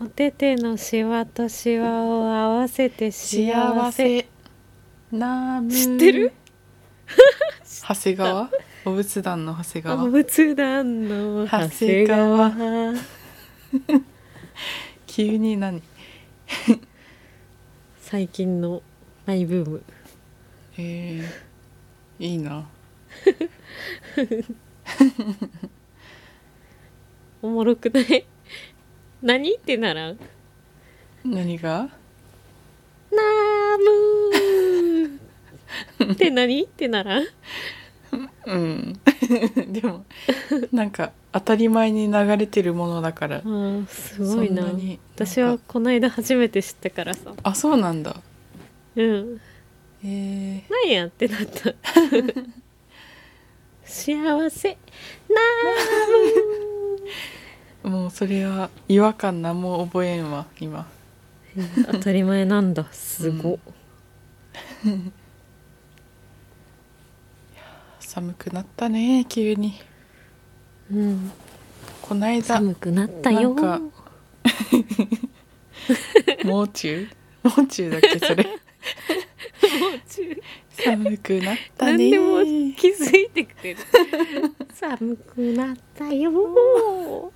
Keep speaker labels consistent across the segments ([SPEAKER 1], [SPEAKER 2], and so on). [SPEAKER 1] おててのしわとしわを合わせて幸せ
[SPEAKER 2] 幸せなむ
[SPEAKER 1] 知ってる
[SPEAKER 2] 長谷川お仏壇の長谷
[SPEAKER 1] あ
[SPEAKER 2] 川
[SPEAKER 1] 仏壇の長谷
[SPEAKER 2] 長
[SPEAKER 1] 川
[SPEAKER 2] 急に何
[SPEAKER 1] 最近のマイブーム
[SPEAKER 2] えー、いいな
[SPEAKER 1] おもろくない 何ってならん
[SPEAKER 2] 何が
[SPEAKER 1] なーむーって何ってならん
[SPEAKER 2] うん でもなんか当たり前に流れてるものだから
[SPEAKER 1] あーすごいな
[SPEAKER 2] そんなになんか
[SPEAKER 1] 私はこの間初めて知ったからさ
[SPEAKER 2] あそうなんだ
[SPEAKER 1] うん
[SPEAKER 2] えー、
[SPEAKER 1] なんやってなった 幸せな
[SPEAKER 2] もうそれは違和感何も覚えんわ今
[SPEAKER 1] ー当たり前なんだすご、
[SPEAKER 2] うん寒くなったね急に
[SPEAKER 1] うん
[SPEAKER 2] こないだ
[SPEAKER 1] 寒くなったよ
[SPEAKER 2] なんかもう中 もう中だっけそれ寒くなったね
[SPEAKER 1] 何でも気づいてくれる 寒くなったよ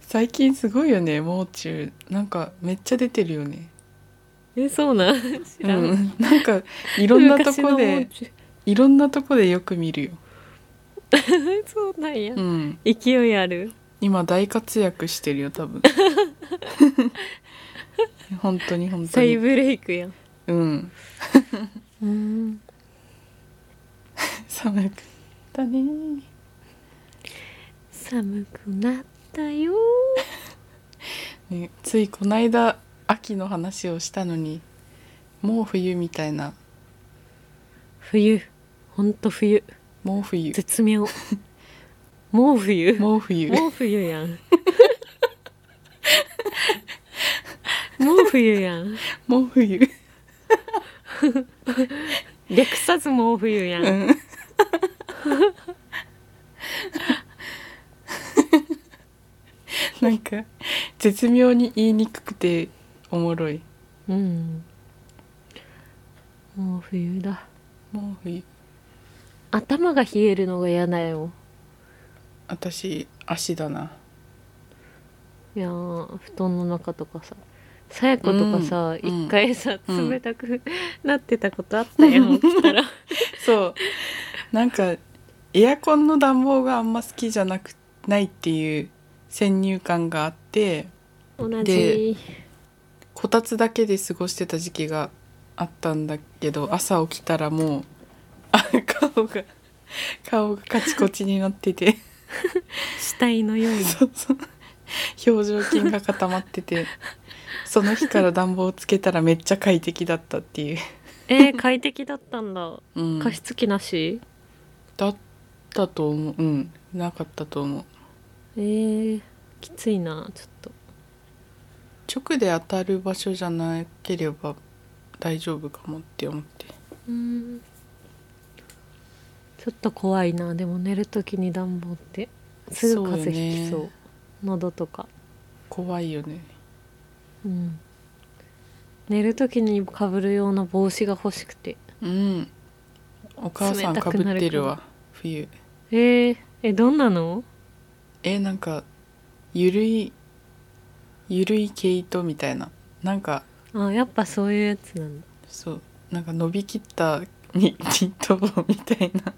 [SPEAKER 2] 最近すごいよねもう中なんかめっちゃ出てるよね
[SPEAKER 1] えそうなん知
[SPEAKER 2] う
[SPEAKER 1] らん、
[SPEAKER 2] んなんかいろんなと
[SPEAKER 1] 昔
[SPEAKER 2] こ
[SPEAKER 1] のもん
[SPEAKER 2] で
[SPEAKER 1] ちゅ
[SPEAKER 2] いろんなとこでよく見るよ、
[SPEAKER 1] う そうなんや、
[SPEAKER 2] うん、
[SPEAKER 1] 勢いある
[SPEAKER 2] 今大活躍してるよ 多分本当に本当
[SPEAKER 1] 再
[SPEAKER 2] に
[SPEAKER 1] ブレイクやん
[SPEAKER 2] うん
[SPEAKER 1] うん
[SPEAKER 2] 寒くだね
[SPEAKER 1] 寒くなったよ
[SPEAKER 2] ねついこないだ秋の話をしたのにもう冬みたいな
[SPEAKER 1] 冬ほんと冬
[SPEAKER 2] もう冬
[SPEAKER 1] 絶妙もう冬
[SPEAKER 2] もう冬
[SPEAKER 1] もう冬やん もう冬やん
[SPEAKER 2] もう冬
[SPEAKER 1] 略さずもう冬やん、
[SPEAKER 2] うんなんか絶妙に言いにくくておもろい
[SPEAKER 1] うん。もう冬だ。
[SPEAKER 2] もう冬
[SPEAKER 1] 頭が冷えるのが嫌だよ。
[SPEAKER 2] 私足だない
[SPEAKER 1] やー、布団の中とかさ。さやことかさ、
[SPEAKER 2] うん
[SPEAKER 1] 一、回さ、
[SPEAKER 2] うん
[SPEAKER 1] 冷たくなってたことあったやん、起き たら。
[SPEAKER 2] そうなんかエアコンの暖房があんま好きじゃなくないっていう先入観があって
[SPEAKER 1] 同じ。
[SPEAKER 2] こたつだけで過ごしてた時期があったんだけど朝起きたらもうあ顔が顔がカチコチになってて
[SPEAKER 1] 死体のように。
[SPEAKER 2] そうそう表情筋が固まっててその日から暖房つけたらめっちゃ快適だったっていう、
[SPEAKER 1] えー、快適だったんだ。
[SPEAKER 2] うん、
[SPEAKER 1] 加湿器なし、
[SPEAKER 2] だったと思ううんなかったと思う
[SPEAKER 1] えー、きついな、ちょっと。
[SPEAKER 2] 直で当たる場所じゃなければ大丈夫かもって思って
[SPEAKER 1] うーん。ちょっと怖いな、でも寝るときに暖房って。すぐ風邪ひきそう。
[SPEAKER 2] そうよね
[SPEAKER 1] 喉とか。
[SPEAKER 2] 怖いよね
[SPEAKER 1] うん、寝る時にかぶる用の帽子が欲しくて
[SPEAKER 2] うんお母さん
[SPEAKER 1] 冷た
[SPEAKER 2] か
[SPEAKER 1] く
[SPEAKER 2] ぶ
[SPEAKER 1] なる
[SPEAKER 2] ってるわ冬
[SPEAKER 1] えー、えどんなの
[SPEAKER 2] えなんかゆるいゆるい毛糸みたいななんか
[SPEAKER 1] あやっぱそういうやつなんだ
[SPEAKER 2] そうなんか伸びきったニニット帽みたいな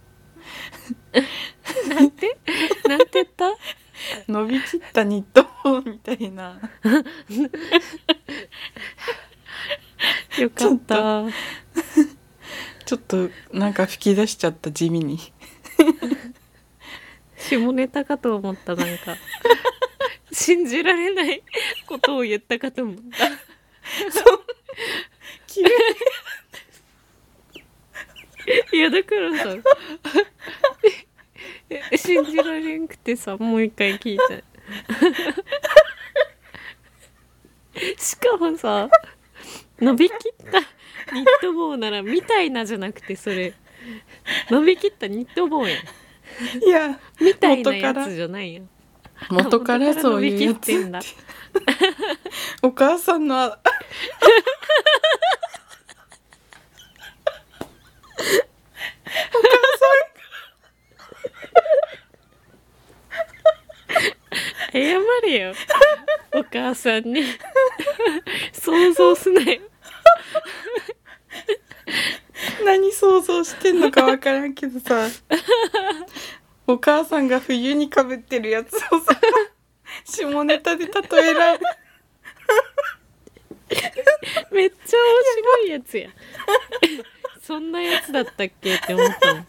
[SPEAKER 1] なんて言った
[SPEAKER 2] 伸びきったニット帽みたいな
[SPEAKER 1] よかった
[SPEAKER 2] ちょっとなんか吹き出しちゃった地味に
[SPEAKER 1] 下ネタかと思ったなんか信じられないことを言ったかと思った
[SPEAKER 2] 急に
[SPEAKER 1] いやだからさえ信じられんくてさもう一回聞い たしかもさ伸びきったニット帽なら「みたいな」じゃなくてそれ伸びきったニット帽やん
[SPEAKER 2] いや
[SPEAKER 1] みたいな
[SPEAKER 2] 元から
[SPEAKER 1] やつじゃないやん
[SPEAKER 2] 元からそういう
[SPEAKER 1] 伸
[SPEAKER 2] や
[SPEAKER 1] び
[SPEAKER 2] つ
[SPEAKER 1] きってんだ
[SPEAKER 2] お母さんのあ
[SPEAKER 1] 謝れよお母さんに想像すなよ
[SPEAKER 2] 何想像してんのかわからんけどさお母さんが冬にかぶってるやつをさ下ネタで例えられ
[SPEAKER 1] めっちゃ面白いやつや そんなやつだったっけって思ったもん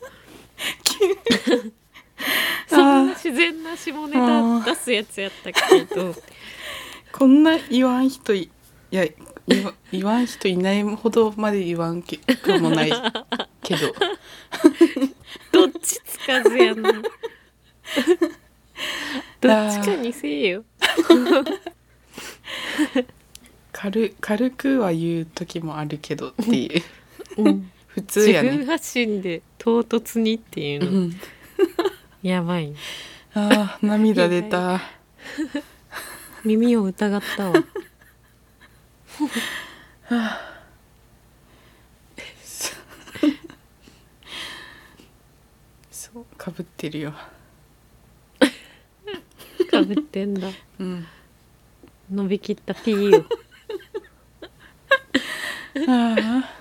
[SPEAKER 1] そんな自然な下ネタ出すやつやったっけと
[SPEAKER 2] こんな言わん人いいや言わ言わん人いないほどまで言わんけくもないけど
[SPEAKER 1] どっちつかずやなどっちかにせえよ
[SPEAKER 2] 軽軽くは言う時もあるけどっていう
[SPEAKER 1] うん
[SPEAKER 2] 普通
[SPEAKER 1] 自
[SPEAKER 2] や
[SPEAKER 1] 分
[SPEAKER 2] ね、
[SPEAKER 1] 発信で唐突にっていううの
[SPEAKER 2] ん、
[SPEAKER 1] やばい
[SPEAKER 2] あー涙出た
[SPEAKER 1] 耳を疑ったわ
[SPEAKER 2] そうかぶってるよ
[SPEAKER 1] かぶってんだ
[SPEAKER 2] うん
[SPEAKER 1] 伸びきったピーを
[SPEAKER 2] ああ